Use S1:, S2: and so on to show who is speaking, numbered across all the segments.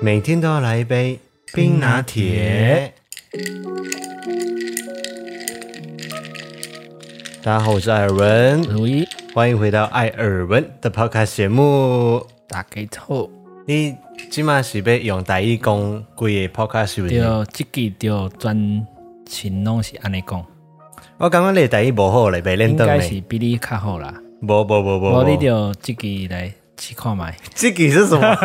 S1: 每天都要来一杯冰拿铁。大家好，我是艾尔文，
S2: 如意
S1: 欢迎回到艾尔文的 podcast 节目。
S2: 大家好，
S1: 你今晚是要用台语讲几个 podcast 是不是？
S2: 对，即季对全程拢是安尼讲，
S1: 我感觉你的台语无好嘞，被练
S2: 应
S1: 到
S2: 该
S1: 没？
S2: 是比你较好啦。
S1: 无无无无
S2: 无你
S1: 无，
S2: 就即季来试看卖。
S1: 这个是 什么？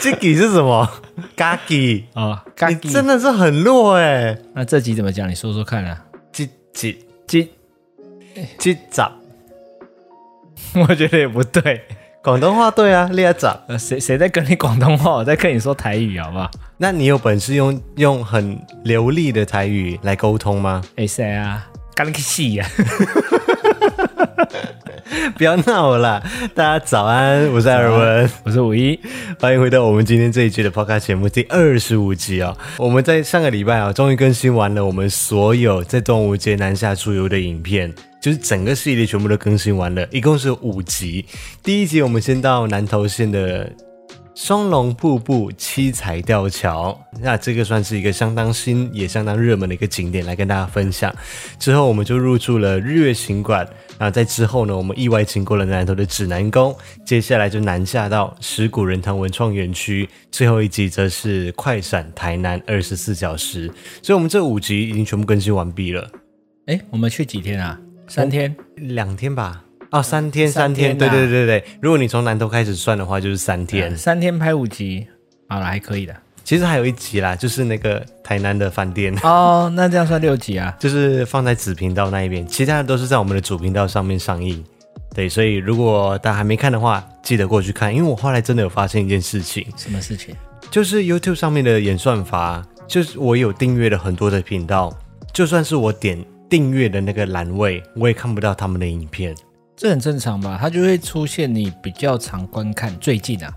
S1: 这个是什么？咖喱，
S2: 哦，家
S1: 你
S2: 己
S1: 真的是很弱哎、
S2: 那这集怎么讲？你说说看啊。
S1: 这这
S2: 这
S1: 这集。
S2: 我觉得也不对，
S1: 广东话对啊，列杂。
S2: 呃，谁谁在跟你广东话？我在跟你说台语，好不好？
S1: 那你有本事用用很流利的台语来沟通吗？
S2: 哎，谁啊？干你个屁 啊！
S1: 不要闹了啦！大家早安，我是艾尔文，
S2: 我是五一，
S1: 欢迎回到我们今天这一期的 Podcast 节目第二十五集哦。我们在上个礼拜啊、终于更新完了我们所有在端午节南下出游的影片，就是整个系列全部都更新完了，一共是五集。第一集我们先到南投县的双龙瀑布七彩吊桥，那这个算是一个相当新也相当热门的一个景点，来跟大家分享。之后我们就入住了日月行馆，那在之后呢，我们意外经过了南投的指南宫，接下来就南下到石鼓仁堂文创园区，最后一集则是快闪台南二十四小时。所以我们这五集已经全部更新完毕了，
S2: 哎，我们去几天啊？三天，
S1: 两天吧。哦，三天，三
S2: 三天
S1: 天，对
S2: 啊
S1: 对对对，如果你从南头开始算的话，就是三天。
S2: 三天拍五集，好了，还可以的。
S1: 其实还有一集啦，就是那个台南的饭店，
S2: 哦，那这样算六集啊？
S1: 就是放在子频道那一边，其他的都是在我们的主频道上面上映。对，所以如果大家还没看的话，记得过去看，因为我后来真的有发现一件事情，
S2: 什么事情？
S1: 就是 YouTube 上面的演算法，就是我有订阅了很多的频道，就算是我点订阅的那个栏位，我也看不到他们的影片。
S2: 这很正常吧？它就会出现你比较常观看最近啊，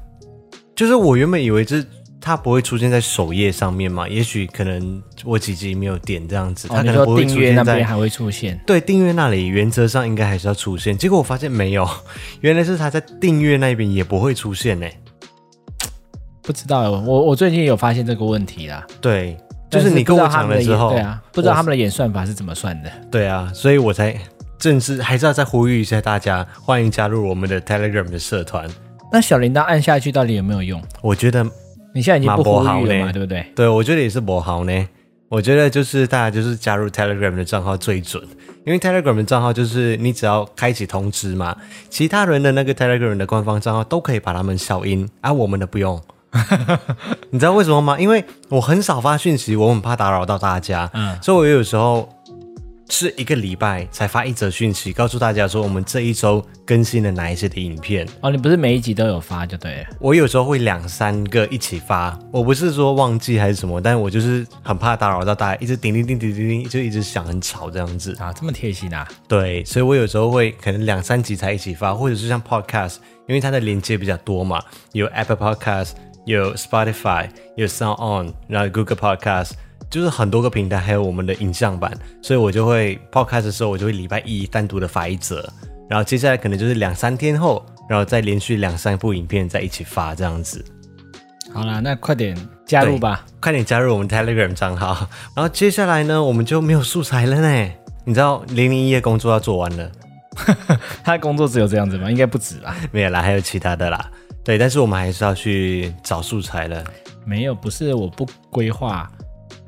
S1: 就是我原本以为这它不会出现在首页上面嘛，也许可能我几集没有点这样子，它
S2: 哦，
S1: 可
S2: 你
S1: 能不
S2: 说
S1: 会出
S2: 订阅那
S1: 现在
S2: 边还会出现，
S1: 对订阅那里原则上应该还是要出现，结果我发现没有， 原来是他在订阅那边也不会出现欸呢。
S2: 不知道我我最近有发现这个问题啦，
S1: 对，就
S2: 但
S1: 是
S2: 是
S1: 你跟
S2: 不知
S1: 我
S2: 道他
S1: 讲
S2: 们
S1: 了
S2: 的
S1: 之
S2: 演
S1: 后，
S2: 对啊，不知道
S1: 我
S2: 他们的演算法是怎么算的。
S1: 对啊，所以我才正式还是要再呼吁一下大家，欢迎加入我们的 Telegram 的社团。
S2: 那小铃铛按下去到底有没有用？
S1: 我觉得，
S2: 你现在已经不呼
S1: 蛮不
S2: 吁
S1: 好
S2: 了
S1: 呢
S2: 嘛，对不对？
S1: 对我觉得也是不好呢。我觉得就是大家就是加入 Telegram 的账号最准，因为 Telegram 的账号就是你只要开启通知嘛，其他人的那个 Telegram 的官方账号都可以把他们消音，而、我们的不用。你知道为什么吗？因为我很少发讯息，我很怕打扰到大家，
S2: 嗯
S1: 所以我有时候是一个礼拜才发一则讯息，告诉大家说我们这一周更新了哪一些的影片。
S2: 哦，你不是每一集都有发就对了。
S1: 我有时候会两三个一起发，我不是说忘记还是什么，但我就是很怕打扰到大家，一直叮叮叮叮叮叮，就一直响，很吵这样子。
S2: 啊，这么贴心啊！
S1: 对，所以我有时候会可能两三集才一起发，或者是像 podcast，因为它的连接比较多嘛，有 Apple Podcast，有 Spotify，有 Sound On，然后 Google Podcast，就是很多个平台，还有我们的影像版，所以我就会 podcast 的时候，我就会礼拜一单独的发一则，然后接下来可能就是两三天后，然后再连续两三部影片再一起发这样子。
S2: 好啦，那快点加入 吧。
S1: 快点加入我们 Telegram 账号。然后接下来呢，我们就没有素材了呢。你知道零零一的工作要做完了，
S2: 他的工作只有这样子吗？应该不止吧？
S1: 没有啦，还有其他的啦。对，但是我们还是要去找素材了。
S2: 没有，不是我不规划，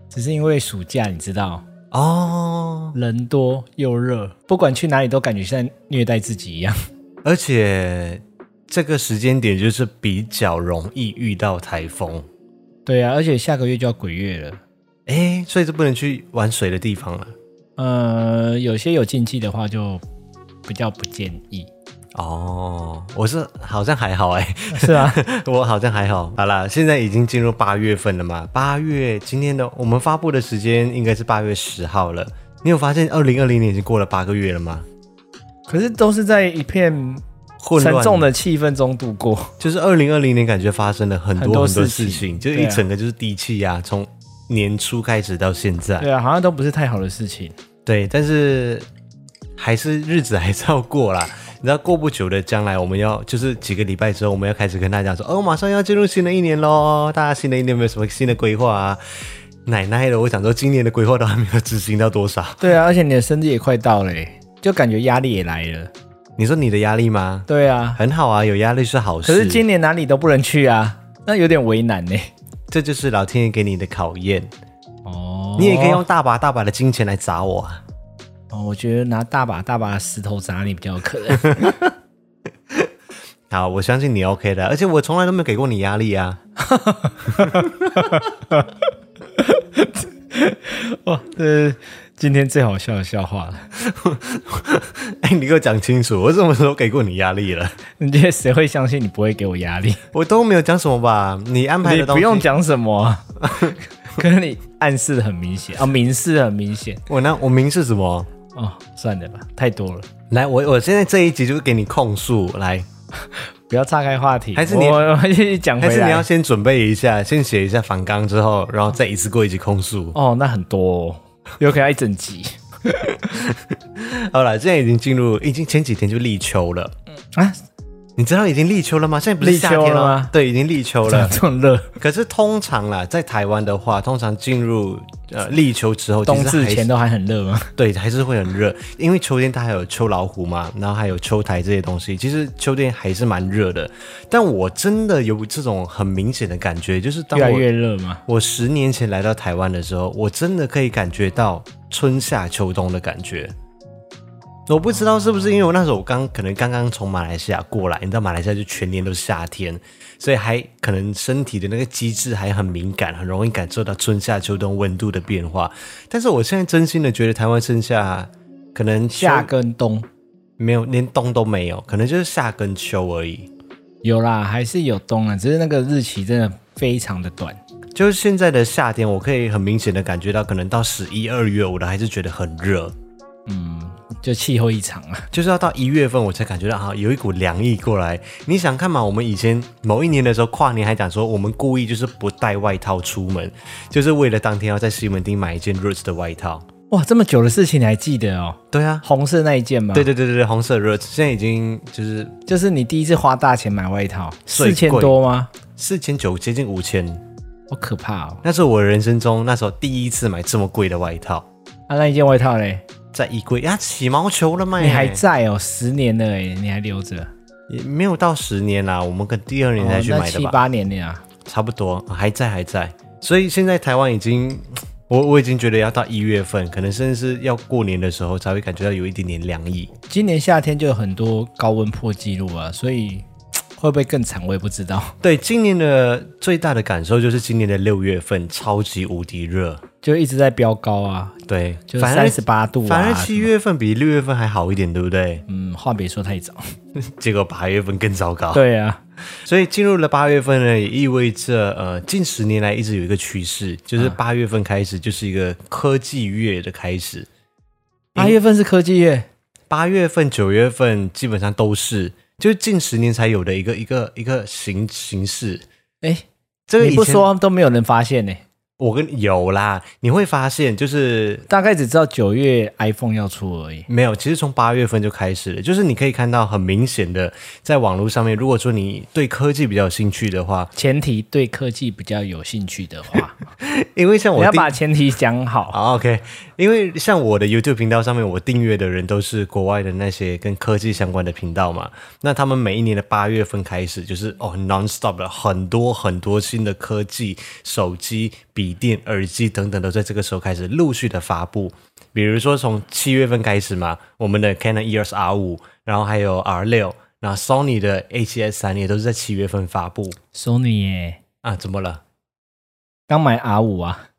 S2: 只是因为暑假，你知道，
S1: 哦，
S2: 人多又热，不管去哪里都感觉像虐待自己一样。
S1: 而且这个时间点就是比较容易遇到台风，
S2: 对啊，而且下个月就要鬼月了。
S1: 诶，所以就不能去玩水的地方了。
S2: 呃，有些有禁忌的话就比较不建议。
S1: 哦，我是好像还好诶。
S2: 是啊，
S1: 我好像还好。好啦，现在已经进入八月份了嘛，八月今天的我们发布的时间应该是八月十号了。你有发现二零二零年已经过了八个月了吗？
S2: 可是都是在一片
S1: 混
S2: 沉
S1: 乱
S2: 重，的气氛中度过。
S1: 就是二零二零年感觉发生了很
S2: 很
S1: 多
S2: 多
S1: 很多
S2: 事
S1: 事
S2: 情
S1: 情，就是
S2: 对
S1: 一
S2: 啊
S1: 整个就是低气压、从年初开始到现在。
S2: 对啊，好像都不是太好的事情。
S1: 对，但是还是日子还是要过啦。你知道过不久的将来，我们要就是几个礼拜之后，我们要开始跟大家说，哦，马上要进入新的一年喽，大家新的一年有没有什么新的规划啊？奶奶的，我想说今年的规划都还没有执行到多少。
S2: 对啊，而且你的生日也快到了欸，就感觉压力也来了。
S1: 你说你的压力吗？
S2: 对啊，
S1: 很好啊，有压力是好事。
S2: 可是今年哪里都不能去啊，那有点为难呢。欸
S1: 这就是老天爷给你的考验，
S2: 哦
S1: 你也可以用大把大把的金钱来砸我啊。
S2: 哦，我觉得拿大把大把的石头砸你比较有可能。
S1: 好，我相信你 OK 的，而且我从来都没有给过你压力啊。
S2: 哇，这是 今天最好笑的笑话了。
S1: 哎，你给我讲清楚，我什么时候给过你压力了？
S2: 你觉得谁会相信你不会给我 压力？
S1: 我都没有讲什么吧？你安排
S2: 你
S1: 的东
S2: 不
S1: 西，
S2: 用讲什么 啊，可是你暗示得很明显啊，明示得很明显
S1: 我那我明是什么？
S2: 哦。算了吧，太多了，
S1: 来，我我现在这一集就给你控诉，来，
S2: 不要岔开话题。
S1: 还是你
S2: 我我我继续讲回
S1: 还
S2: 来。
S1: 是你要先准备一下，先写一下反纲之后，然后再一次过一集控诉。
S2: 哦，那很多、哦，有可能要一整集
S1: 好了，现在已经进入，已经前几天就立秋了，
S2: 啊，
S1: 你知道已经立秋了吗？现在不是
S2: 立秋
S1: 夏天
S2: 了
S1: 了
S2: 吗
S1: 对，已经立秋
S2: 怎么
S1: 了。
S2: 这么热？
S1: 可是通常啦，在台湾的话，通常进入呃立秋之后，其
S2: 冬
S1: 实
S2: 至
S1: 还是
S2: 前都还很热吗？
S1: 对，还是会很热，因为秋天它还有秋老虎嘛，然后还有秋台这些东西，其实秋天还是蛮热的。但我真的有这种很明显的感觉，就是当
S2: 越来
S1: 我
S2: 越热吗？
S1: 我十年前来到台湾的时候，我真的可以感觉到春夏秋冬的感觉。我不知道是不是因为我那时候我刚可能刚刚从马来西亚过来，你知道马来西亚就全年都是夏天，所以还可能身体的那个机制还很敏感，很容易感受到春夏秋冬温度的变化。但是我现在真心的觉得台湾春夏可能秋
S2: 夏跟冬
S1: 没有连冬都没有，可能就是夏跟秋而已。
S2: 有啦，还是有冬啊，只是那个日期真的非常的短。
S1: 就是现在的夏天，我可以很明显的感觉到，可能到十一二月，我都还是觉得很热。
S2: 嗯，就气候异常啊。
S1: 就是要到一月份我才感觉到啊，有一股凉意过来。你想看嘛？我们以前某一年的时候跨年还讲说，我们故意就是不带外套出门，就是为了当天要在西门町买一件 Roots 的外套。
S2: 哇，这么久的事情你还记得哦？
S1: 对啊，
S2: 红色那一件吗？
S1: 对，对对对对，红色 Roots 现在已经就是
S2: 就是你第一次花大钱买外套，
S1: 最
S2: 四千
S1: 贵
S2: 多吗？
S1: 四千九，接近五千。
S2: 好可怕哦！
S1: 那是我人生中那时候第一次买这么贵的外套，
S2: 啊，那一件外套嘞，
S1: 在衣柜呀、啊起毛球了嘛？
S2: 你还在哦，十年了哎，你还留着？
S1: 也没有到十年啦，我们跟第二年才
S2: 哦，
S1: 去
S2: 那
S1: 买的
S2: 七
S1: 吧。
S2: 八年了啊。
S1: 差不多还在还在，所以现在台湾已经，我我已经觉得要到一月份，可能甚至是要过年的时候才会感觉到有一点点凉意。
S2: 今年夏天就有很多高温破纪录啊，所以会不会更惨我也不知道。
S1: 对，今年的最大的感受就是今年的六月份超级无敌热，
S2: 就一直在飙高啊，
S1: 对，
S2: 就
S1: 反而
S2: 三十八度啊。
S1: 反而七，月份比六月份还好一点，对不对？
S2: 嗯，话别说太早。
S1: 结果八月份更糟糕。
S2: 对啊，
S1: 所以进入了八月份呢，也意味着呃，近十年来一直有一个趋势，
S2: 嗯
S1: 就是八月份开始就是一个科技月的开始。
S2: 八月份是科技月，
S1: 八月份、九月份基本上都是，就是近十年才有的一个一个一个形形式。
S2: 哎，
S1: 这个以
S2: 你
S1: 前
S2: 不，说都没有人发现呢、
S1: 我跟有啦，你会发现就是
S2: 大概只知道九月 iPhone 要出而已。
S1: 没有，其实从八月份就开始了，就是你可以看到很明显的，在网络上面，如果说你对科技比较有兴趣的话，
S2: 前提对科技比较有兴趣的话，
S1: 因为像
S2: 你
S1: 我
S2: 要
S1: 订
S2: 把前提讲好。
S1: 啊 OK，因为像我的 YouTube 频道上面，我订阅的人都是国外的那些跟科技相关的频道嘛。那他们每一年的八月份开始，就是哦 non-stop 的很多很多新的科技、手机、笔电、耳机等等，都在这个时候开始陆续的发布。比如说从七月份开始嘛，我们的 Canon EOS R 五，然后还有 R 六，然后 Sony 的 A7S 三也都是在七月份发布
S2: Sony 耶，
S1: 啊。怎么了？
S2: 刚买 R 五啊，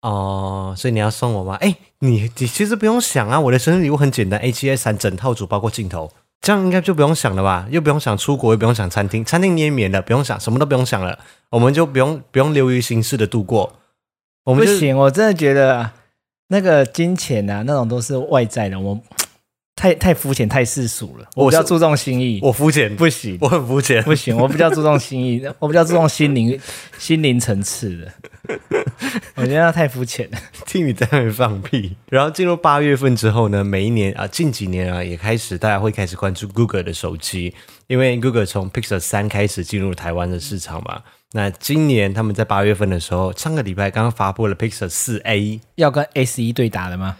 S1: 哦，所以你要送我吗？哎，你你其实不用想啊，我的生日礼物很简单，A 7 S 三整套组包括镜头，这样应该就不用想了吧？又不用想出国，又不用想餐厅，餐厅你也免了，不用想，什么都不用想了，我们就不用不用流于形式的度过。我
S2: 不
S1: 们就
S2: 行，我真的觉得那个金钱啊，那种都是外在的，我太太肤浅、太世俗了。我
S1: 我
S2: 比较
S1: 是
S2: 注重心意，
S1: 我肤浅，
S2: 不行
S1: 我很肤浅。
S2: 不行，我比较注重心意，我比较注重心灵 心灵层次的。 我觉得他太肤浅了。
S1: 听你在那里放屁。然后进入八月份之后呢，每一年啊，近几年啊，也开始大家会开始关注 Google 的手机，因为 Google 从 Pixel 三开始进入台湾的市场嘛。那今年他们在八月份的时候，上个礼拜刚刚发布了 Pixel 四 A，
S2: 要跟 S 一对打的吗？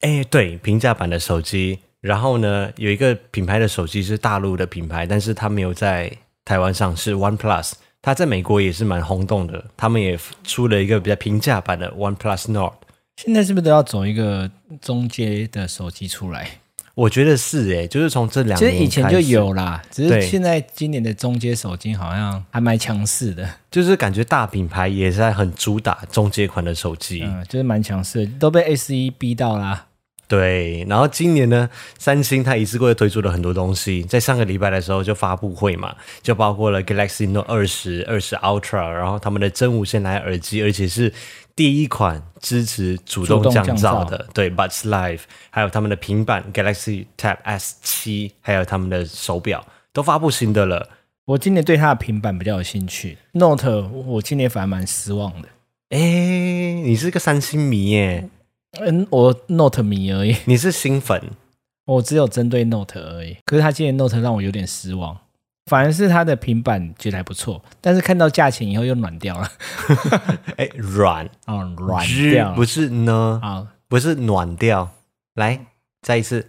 S1: 哎，对，平价版的手机。然后呢，有一个品牌的手机是大陆的品牌，但是它没有在台湾上市，OnePlus。它在美国也是蛮轰动的，他们也出了一个比较平价版的 OnePlus Nord。
S2: 现在是不是都要走一个中阶的手机出来？
S1: 我觉得是诶、就是从这两
S2: 其
S1: 年
S2: 实以前
S1: 开
S2: 就
S1: 始，
S2: 有啦，只是
S1: 对
S2: 现在今年的中阶手机好像还蛮强势的，
S1: 就是感觉大品牌也是在很主打中阶款的手机。
S2: 嗯，就是蛮强势的，都被 S 一逼到啦。
S1: 对，然后今年呢，三星它一次过推出了很多东西，在上个礼拜的时候就发布会嘛，就包括了 Galaxy Note 二十、二十 Ultra，然后他们的真无线蓝牙耳机，而且是第一款支持主动降
S2: 主动降
S1: 噪
S2: 噪
S1: 的，对 Buds Live，还有他们的平板 Galaxy Tab S 七，还有他们的手表都发布新的了。
S2: 我今年对它的平板比较有兴趣，Note 我今年反而蛮失望的。
S1: 哎，你是个三星迷耶，
S2: 嗯，我 Note 迷而已，
S1: 你是新粉。
S2: 我只有针对 Note 而已。可是它今年 Note 让我有点失望，反而是它的平板觉得还不错，但是看到价钱以后又软掉了，
S1: 哎，软
S2: 啊、软
S1: 之
S2: 掉
S1: 不是呢，
S2: 啊，
S1: 不是暖掉。来，再一次，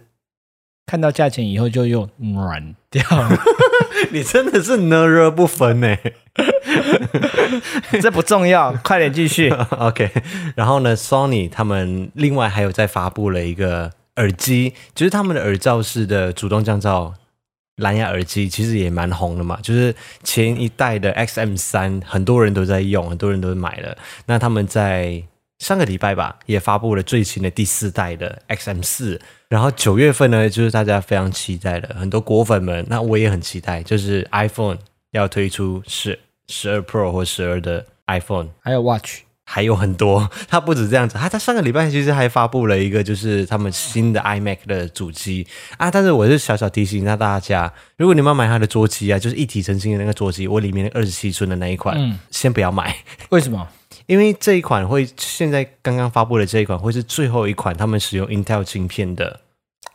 S2: 看到价钱以后就又软掉了，
S1: 你真的是呢热不分欸呢。
S2: 这不重要，快点继续。
S1: OK，然后呢，Sony 他们另外还有在发布了一个耳机，就是他们的耳罩式的主动降噪蓝牙耳机，其实也蛮红的嘛。就是前一代的 XM 三，很多人都在用，很多人都买了。那他们在上个礼拜吧，也发布了最新的第四代的 XM 四。然后九月份呢，就是大家非常期待的，很多果粉们，那我也很期待，就是 iPhone 要推出十十二 Pro 或十二的 iPhone。
S2: 还有 Watch，
S1: 还有很多， 它不止这样子，它它上个礼拜其实还发布了一个，就是他们新的 iMac 的主机啊。但是我是小小提醒一下大家，如果你们要买它的桌机啊，就是一体成型的那个桌机，我里面二十七寸的那一款，
S2: 嗯
S1: 先不要买，
S2: 为什么？
S1: 因为这一款会现在刚刚发布的这一款会是最后一款他们使用 Intel 晶片的，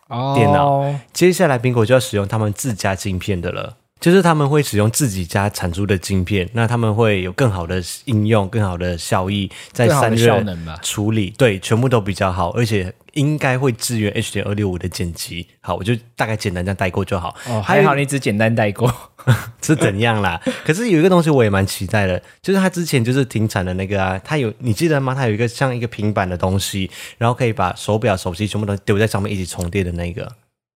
S2: 哦
S1: 电脑接下来苹果就要使用他们自家晶片的了。就是他们会使用自己家产出的晶片，那他们会有更好的应用、更好的效益，在
S2: 更好
S1: 散
S2: 的
S1: 热
S2: 效能吧。
S1: 处理，对，全部都比较好，而且应该会支援 H 点二六五的剪辑。好，我就大概简单这样带过就好。
S2: 哦，
S1: 还有
S2: 还好你只简单带过。
S1: 是怎样啦？ 可是有一个东西我也蛮期待的，就是它之前就是停产的那个啊，它有你记得吗？它有一个像一个平板的东西，然后可以把手表、手机全部都丢在上面一起重叠的那个，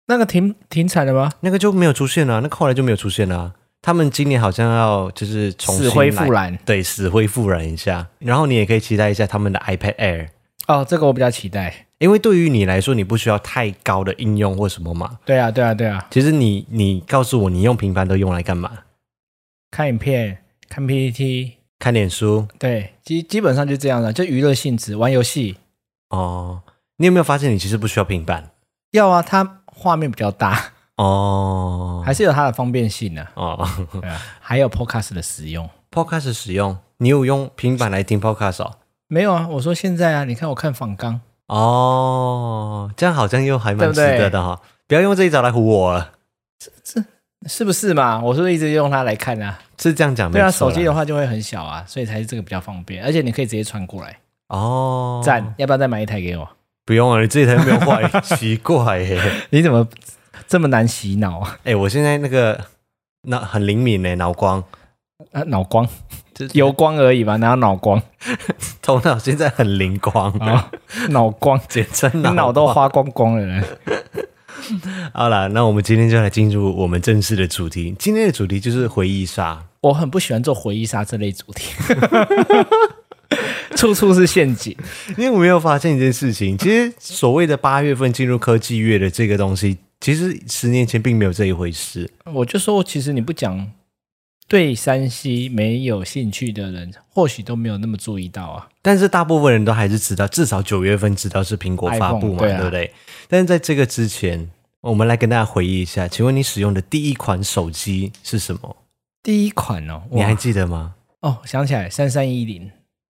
S2: 那个停停产了吗？
S1: 那个就没有出现了、那个后来就没有出现了啊、他们今年好像要就是重新
S2: 死灰复
S1: 来，
S2: 燃
S1: 对，死灰复燃一下。然后你也可以期待一下他们的 iPad Air。
S2: 哦，这个我比较期待。
S1: 因为对于你来说，你不需要太高的应用或什么嘛。
S2: 对啊，对啊，对啊，
S1: 其实你你告诉我，你用平板都用来干嘛？
S2: 看影片、看 PPT，
S1: 看脸书
S2: 对，基基本上就这样了，就娱乐性质，玩游戏。
S1: 哦。你有没有发现你其实不需要平板
S2: 要啊，它画面比较大，
S1: 哦？
S2: 还是有它的方便性呢、
S1: 哦
S2: 对啊，还有 Podcast 的使用。
S1: ，Podcast 使用，你有用平板来听 Podcast 哦？
S2: 没有啊，我说现在啊，你看我看仿纲，
S1: 哦，这样好像又还
S2: 对
S1: 蛮
S2: 不
S1: 值
S2: 对
S1: 得的哈、不要用这一招来唬我了，
S2: 是不是嘛？我是不是一直用它来看啊？
S1: 是这样讲没
S2: 对啊，
S1: 错
S2: 手
S1: 啦
S2: 机的话就会很小啊，所以才是这个比较方便，而且你可以直接传过来。
S1: 哦，
S2: 赞、要不要再买一台给我？
S1: 不用啊了，你自己才没有坏， 奇怪耶。
S2: 你怎么这么难洗脑啊？
S1: 哎、我现在那个脑很灵敏呢，脑光。
S2: 啊脑光
S1: 这，
S2: 油光而已嘛，哪有脑光
S1: 头脑现在很灵光，
S2: 啊？脑光，
S1: 简称
S2: 你
S1: 哦脑
S2: 脑都花光光了呢。
S1: 好了。那我们今天就来进入我们正式的主题。今天的主题就是回忆杀，
S2: 我很不喜欢做回忆杀这类主题， 处处是陷阱。
S1: 因为我没有发现一件事情，其实所谓的八月份进入科技月的这个东西，其实十年前并没有这一回事。
S2: 我就说，其实你不讲，对山西没有兴趣的人，或许都没有那么注意到啊。
S1: 但是大部分人都还是知道，至少九月份知道是苹果发布嘛，
S2: iPhone，对啊
S1: 不对？但是在这个之前，我们来跟大家回忆一下，请问你使用的第一款手机是什么？
S2: 第一款哦，
S1: 你还
S2: 哇
S1: 记得吗？
S2: 哦，想起来三三一零，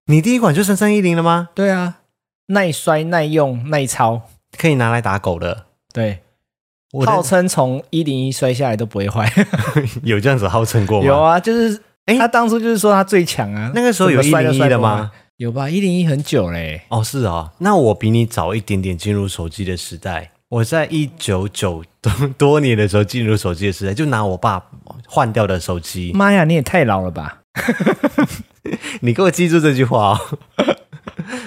S1: 你第一款就三三一零了吗？
S2: 对啊，耐摔、耐用、耐操，
S1: 可以拿来打狗的，
S2: 对，
S1: 我的
S2: 号称从一零一摔下来都不会坏。
S1: 有这样子号称过吗？
S2: 有啊，就是
S1: 诶
S2: 他当初就是说他最强啊。
S1: 那个时候有
S2: 怎么摔就摔
S1: 101的
S2: 不
S1: 吗
S2: 坏？有吧，一零一很久嘞。
S1: 哦，是哦，那我比你早一点点进入手机的时代。我在一九九多多年的时候进入手机的时代，就拿我爸换掉的手机。
S2: 妈呀，你也太老了吧！
S1: 你给我记住这句话哦。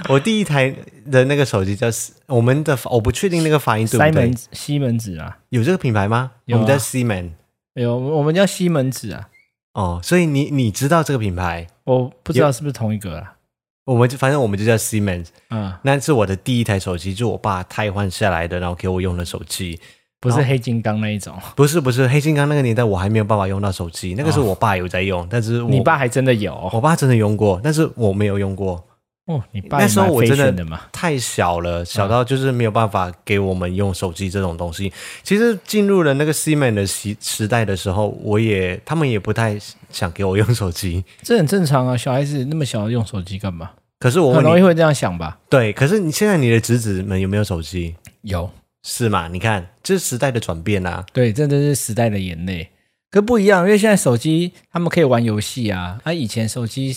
S1: 我第一台的那个手机叫我们的，我不确定那个发音对
S2: 塞
S1: 不
S2: 门
S1: 对？
S2: 子西门子啊，
S1: 有这个品牌吗？
S2: 有
S1: 我
S2: 啊
S1: 们叫 Siemens
S2: 有哎我们叫西门子啊，
S1: 哦，所以你你知道这个品牌，
S2: 我不知道是不是同一个啊。
S1: 我们就反正我们就叫 Siemens。
S2: 嗯，
S1: 那是我的第一台手机，就我爸汰换下来的，然后给我用的手机。
S2: 不是黑金刚那一种，
S1: 不是不是，黑金刚那个年代我还没有办法用到手机，那个是我爸有在用，但是我
S2: 啊你爸还真的有哦。
S1: 我爸真的用过，但是我没有用过，
S2: 你爸
S1: 那时候
S2: 也买
S1: 我
S2: 飞
S1: 真
S2: 旋
S1: 的
S2: 的啊嘛？
S1: 太小了，小到就是没有办法给我们用手机这种东西。其实进入了那个 Siemens 的时时代的时候，我也他们也不太想给我用手机，
S2: 这很正常啊，小孩子那么小用手机干嘛？
S1: 可是我
S2: 很
S1: 问
S2: 容易
S1: 你，
S2: 会这样想吧？
S1: 对，可是你现在你的侄子们有没有手机？
S2: 有，
S1: 是嘛？你看，这是时代的转变啊。
S2: 对，这真是时代的眼泪。可不一样，因为现在手机他们可以玩游戏啊，啊，以前手机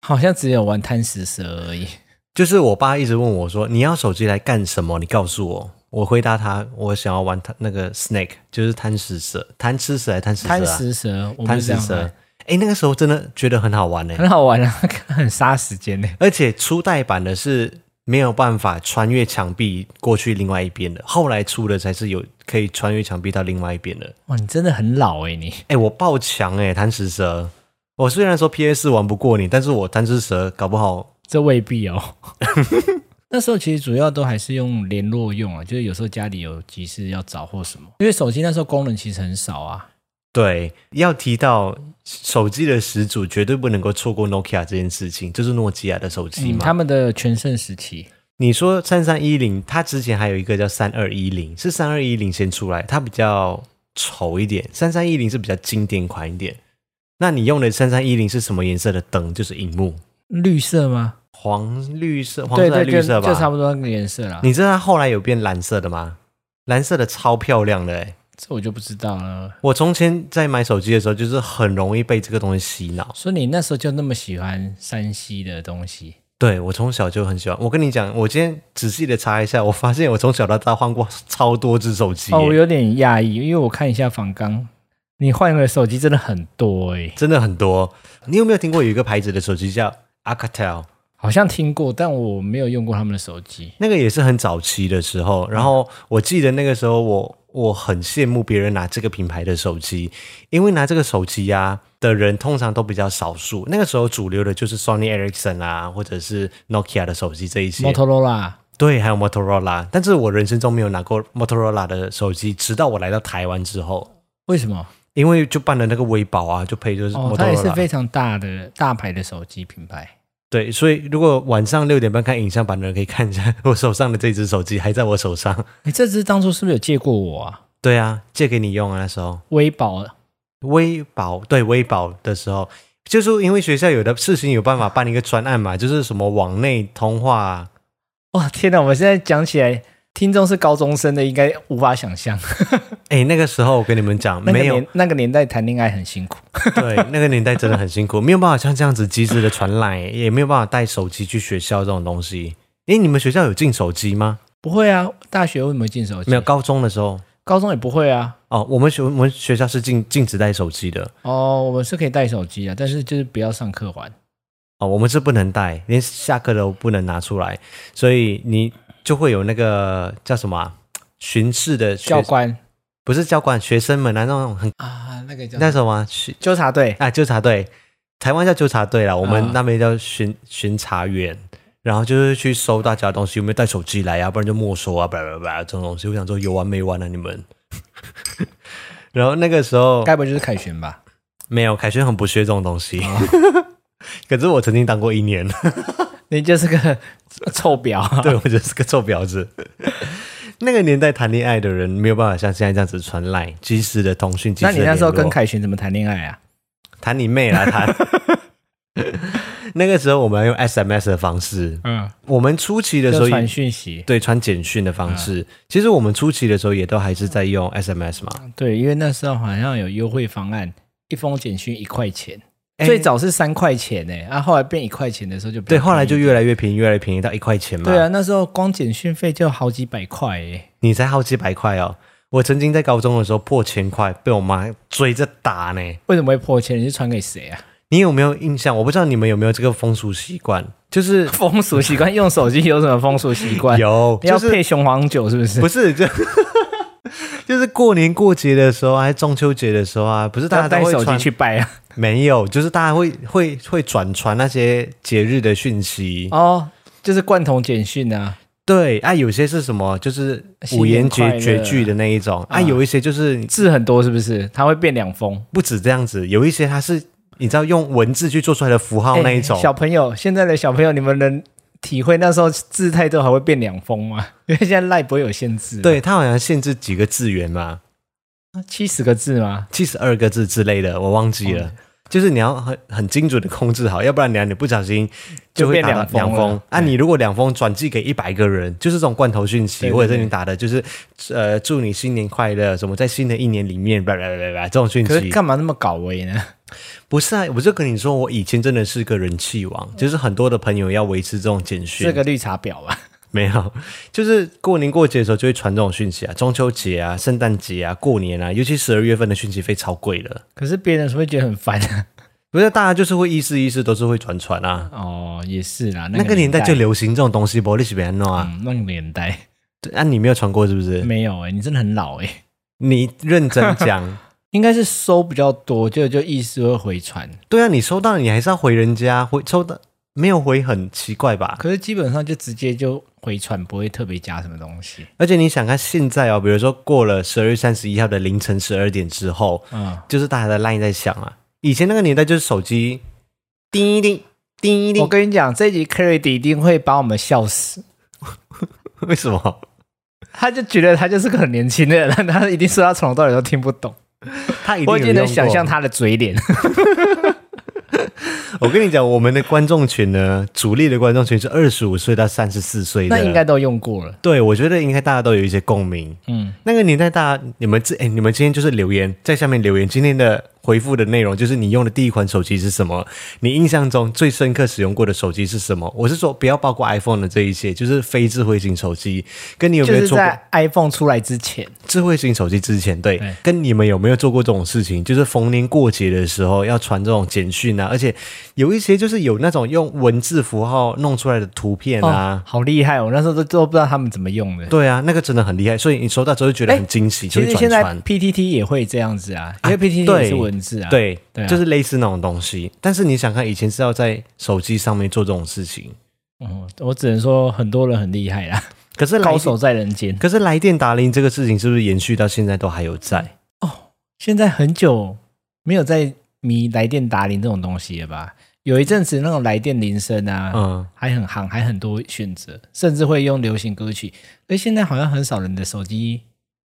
S2: 好像只有玩贪食蛇而已。
S1: 就是我爸一直问我说：“你要手机来干什么？你告诉我。”我回答他：“我想要玩他那个 Snake，就是贪食蛇，贪吃蛇还是贪食蛇、啊？
S2: 贪食蛇，我们
S1: 贪
S2: 是
S1: 食
S2: 这样啊
S1: 蛇
S2: 玩，。
S1: 哎，那个时候真的觉得很好 玩呢、
S2: 很好玩啊，很杀时间呢、
S1: 而且初代版的是没有办法穿越墙壁过去另外一边的，后来出的才是有可以穿越墙壁到另外一边的。
S2: 哇，你真的很老哎、你
S1: 哎，我爆强哎、贪食蛇。我虽然说 PS 玩不过你，但是我贪吃蛇搞不好
S2: 这未必 哦。那时候其实主要都还是用联络用啊，就是有时候家里有急事要找或什么，因为手机那时候功能其实很少啊。
S1: 对，要提到手机的始祖，绝对不能够错过 Nokia 这件事情，就是诺基亚的手机
S2: 嗯，
S1: 嘛。
S2: 他们的全盛时期，
S1: 你说三三一零，它之前还有一个叫三二一零，是三二一零先出来，它比较丑一点，三三一零是比较经典款一点。那你用的三三一零是什么颜色的灯？就是荧幕，
S2: 绿色吗？
S1: 黄绿色，黄
S2: 对
S1: 色还
S2: 对，
S1: 是绿
S2: 就
S1: 色吧。
S2: 就差不多那个颜色啦。
S1: 你知道它后来有变蓝色的吗？蓝色的超漂亮的哎、
S2: 这我就不知道了。
S1: 我从前在买手机的时候，就是很容易被这个东西洗脑。
S2: 所以你那时候就那么喜欢山西的东西，
S1: 对我从小就很喜欢。我跟你讲，我今天仔细的查一下，我发现我从小到大换过超多只手机耶、
S2: 哦，我有点讶异，因为我看一下仿纲，你换了手机真的很多欸诶、
S1: 真的很多。你有没有听过有一个牌子的手机叫 Alcatel？
S2: 好像听过，但我没有用过他们的手机。
S1: 那个也是很早期的时候。然后我记得那个时候我。我很羡慕别人拿这个品牌的手机，因为拿这个手机呀、的人通常都比较少数。那个时候主流的就是 Sony Ericsson 啊，或者是 Nokia 的手机这一些。
S2: Motorola
S1: 对，还有 Motorola，但是我人生中没有拿过 Motorola 的手机，直到我来到台湾之后，
S2: 为什么？
S1: 因为就办了那个微保啊，就配就是 Motorola，、
S2: 哦，它也是非常大的大牌的手机品牌。
S1: 对，所以如果晚上六点半看影像版的人可以看一下我手上的这只手机还在我手上，
S2: 你这只当初是不是有借过我啊？
S1: 对啊，借给你用啊，那时候
S2: 微宝
S1: 微保对微保的时候。就是因为学校有的事情有办法办一个专案嘛，就是什么网内通话啊、
S2: 哇，天哪！我们现在讲起来，听众是高中生的，应该无法想象。
S1: 哎、那个时候我跟你们讲，
S2: 那个
S1: 没有
S2: 年那个年代谈恋爱很辛苦。
S1: 对，那个年代真的很辛苦，没有办法像这样子及时的传来，也没有办法带手机去学校这种东西。诶，你们学校有进手机吗？
S2: 不会啊，大学为什么进手机？
S1: 没有，，高中的时候
S2: 高中也不会啊。
S1: 哦，我们学我们学校是禁禁止带手机的
S2: 哦，我们是可以带手机啊，但是就是不要上课玩。
S1: 哦，我们是不能带，连下课都不能拿出来，所以你就会有那个叫什么啊、巡视的学
S2: 教官
S1: 不是教官，学生们啊那种很
S2: 啊，那个叫
S1: 那什么啊巡
S2: 纠察队，
S1: 啊纠察队，台湾叫纠察队啦，我
S2: 啊
S1: 们那边叫巡巡查员，然后就是去搜大家的东西，有没有带手机来啊，不然就没收啊，叭叭叭这种东西。我想说有完没完啊你们。 然后那个时候
S2: 该不会就是凯旋吧？
S1: 没有，凯旋很不屑这种东西。
S2: 哦
S1: 可是我曾经当过一年，
S2: 你就是个 臭婊啊！
S1: 对我就是个臭婊子。那个年代谈恋爱的人没有办法像现在这样子传赖及时的通讯，及
S2: 那
S1: 时
S2: 你
S1: 的
S2: 那时候
S1: 联络
S2: 跟凯旋怎么谈恋爱啊？
S1: 谈你妹啦谈。 那个时候我们用 SMS 的方式，
S2: 嗯，
S1: 我们初期的时
S2: 就
S1: 候
S2: 传讯嗯息。
S1: 对传简讯的方式，其实我们初期的时候也都还是在
S2: 嗯
S1: 用 SMS 嘛。
S2: 对，因为那时候好像有优惠方案，一封简讯一块钱，
S1: 哎
S2: 最早是三块钱呢、啊，后来变一块钱的时候就比较
S1: 对，后来就
S2: 便宜
S1: 越来越便宜，越来越便宜到一块钱嘛。
S2: 对啊，，那时候光简讯费就好几百块欸耶、
S1: 你才好几百块哦。我曾经在高中的时候破千块，被我妈追着打呢。
S2: 为什么会破千？你是传给谁啊？
S1: 你有没有印象？我不知道你们有没有这个风俗习惯， 就是
S2: 风俗习惯，用手机有什么风俗习惯？
S1: 有，就
S2: 要
S1: 是
S2: 配雄黄酒是不是？
S1: 不是就 就是过年过节的时候啊，还中秋节的时候啊，不是大
S2: 要
S1: 家
S2: 带
S1: 都会
S2: 手机
S1: 传
S2: 去拜啊？
S1: 没有，就是大家会会会转传那些节日的讯息。
S2: 哦，就是罐头简讯啊，
S1: 对啊，有些是什么，就是
S2: 新
S1: 五
S2: 年
S1: 言
S2: 快
S1: 绝绝
S2: 乐嗯
S1: 句的那一种啊，有一些就是
S2: 字很多是不是？它会变两封。
S1: 不止这样子，有一些它是你知道用文字去做出来的符哦号那一种
S2: 哎。小朋友，现在的小朋友，你们能体会那时候字太多还会变两封吗？ 因为现在赖不会有限制，，啊
S1: 对，它好像限制几个字元嘛，
S2: 七十个字吗？哦
S1: 七十二个字之类的，我忘记了。
S2: 嗯
S1: 就是啊你要很很精准的控制好，要不然你你不小心
S2: 就
S1: 会
S2: 变
S1: 打到
S2: 两封
S1: 两封
S2: 了
S1: 啊！
S2: 哎
S1: 你如果两封转寄给一百个人，就是这种罐头讯息，
S2: 对对
S1: 或者是你打的就是呃祝你新年快乐，什么在新的一年里面，叭叭叭叭叭这种讯
S2: 可是
S1: 息。
S2: 干嘛那么搞威呢？
S1: 不是啊，我就跟你说，我以前真的是个人气王，就是很多的朋友要维持嗯这种简讯。
S2: 是个绿茶婊啊吧？
S1: 没有， 就是过年过节的时候就会传这种讯息啊，中秋节啊、圣诞节啊、过年啊，尤其十二月份的讯息费超贵的，
S2: 可是别人会觉得很烦啊。
S1: 不是大家就是会意思意思都是会转传啊。
S2: 哦，也是啦，
S1: 那
S2: 个
S1: 个年代
S2: 代
S1: 就流行这种东西，不？你是别弄啊？
S2: 嗯，那个年代
S1: 对啊，你没有传过是不是？
S2: 没有哎、你真的很老哎、
S1: 你认真 讲，
S2: 应该是收比较多，就就意思会回传。
S1: 对啊，你收到你还是要回人家，回收到没有回很奇怪吧？
S2: 可是基本上就直接就回传，不会特别加什么东西。
S1: 而且你想看现在哦，比如说过了十二月三十一号的凌晨十二点之后，
S2: 嗯，
S1: 就是大家的 line 在响啊。以前那个年代就是手机叮一叮叮一
S2: 我
S1: 叮，
S2: 跟你讲，这集 Credit 一定会把我们笑死。
S1: 为什么？
S2: 他就觉得他就是个很年轻的人，他一定说他从头到尾都听不懂。
S1: 他一定
S2: 我已
S1: 有
S2: 经能
S1: 用
S2: 想
S1: 过
S2: 象。他的嘴脸。
S1: 我跟你讲，我们的观众群呢，主力的观众群是二十五岁到三十四岁的，
S2: 那应该都用过了。
S1: 对我觉得应该大家都有一些共鸣。
S2: 嗯，
S1: 那个年代，大家你们这哎，你们今天就是留言在下面留言，今天的回复的内容就是你用的第一款手机是什么？你印象中最深刻使用过的手机是什么？我是说，不要包括 iPhone 的这一些，就是非智慧型手机，跟你有
S2: 就
S1: 没有
S2: 是
S1: 做过
S2: 在 iPhone 出来之前，
S1: 智慧型手机之前，对，
S2: 对
S1: 跟你们有没有做过这种事情？就是逢年过节的时候要传这种简讯啊，而且有一些就是有那种用文字符号弄出来的图片
S2: 哦
S1: 啊，，
S2: 好厉害哦！我那时候都都不知道他们怎么用的。
S1: 对啊，那个真的很厉害，所以你收到之后就觉得很惊喜，就
S2: 哎其
S1: 会
S2: 实现
S1: 转
S2: 在
S1: 传。
S2: PTT 也会这样子啊，因为
S1: 啊
S2: PTT
S1: 对
S2: 也是文字啊。，
S1: 对，
S2: 对啊
S1: 就是类似那种东西。但是你想看，以前是要在手机上面做这种事情，
S2: 嗯，我只能说很多人很厉害啦，
S1: 可是来
S2: 高手在人间。
S1: 可是来电打铃这个事情是不是延续到现在都还有在？
S2: 现在很久没有在迷来电打铃这种东西了吧？有一阵子那种来电铃声啊，
S1: 嗯，
S2: 还很行，还很多选择，甚至会用流行歌曲。而现在好像很少人的手机，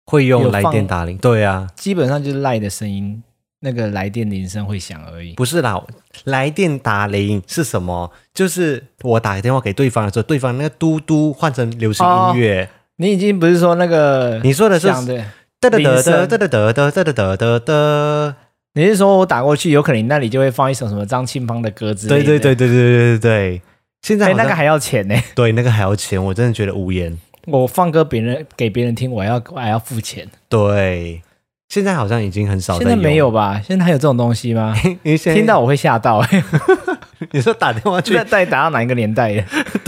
S1: 会用
S2: 有
S1: 来
S2: 放
S1: 电打铃，对啊，
S2: 基本上就是赖的声音，那个来电铃声会响而已。
S1: 不是啦，来电打铃是什么？就是我打电话给对方的时候，对方那个嘟嘟换成流行音乐。
S2: 你已经不是说那个
S1: 你说的是
S2: 响哦的，
S1: 哒哒哒
S2: 铃
S1: 哒
S2: 声
S1: 哒哒哒哒哒哒哒哒。
S2: 你是说我打过去，有可能你那里就会放一首什么张清芳的歌之类
S1: 对
S2: 的。
S1: 对对对对对对对。现在
S2: 哎、
S1: 好像
S2: 那个还要钱呢、
S1: 对那个还要钱，我真的觉得无言。
S2: 我放歌别人给别人听，我还要我还要付钱。
S1: 对，现在好像已经很少
S2: 现
S1: 在
S2: 在
S1: 用
S2: 没有，吧？现在还有这种东西吗？
S1: 因为现在
S2: 听到我会吓 到、欸，
S1: 你说打电话去
S2: 这到底打到哪一个年代了？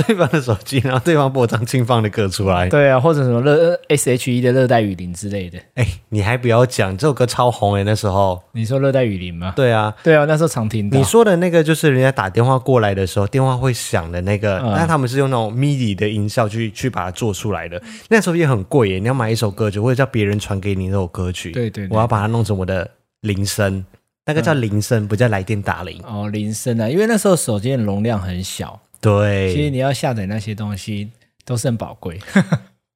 S1: 对方的手机，然后对方播张清芳的歌出来。
S2: 对啊，或者什么热 S H E 的热带雨林之类的。
S1: 哎，你还不要讲，这首歌超红哎诶，那时候。
S2: 你说热带雨林吗？
S1: 对啊，
S2: 对啊，那时候常听到。
S1: 你说的那个就是人家打电话过来的时候，电话会响的那个，
S2: 嗯
S1: 那、他们是用那种 MIDI 的音效去去把它做出来的。那时候也很贵耶，你要买一首歌曲，或者叫别人传给你那首歌曲，
S2: 对对对嗯
S1: 我要把它弄成我的铃声，那个叫铃声，不叫来电打铃。
S2: 哦，铃声啊，因为那时候手机的容量很小，其实
S1: 对，
S2: 你要下载那些东西都是很宝贵。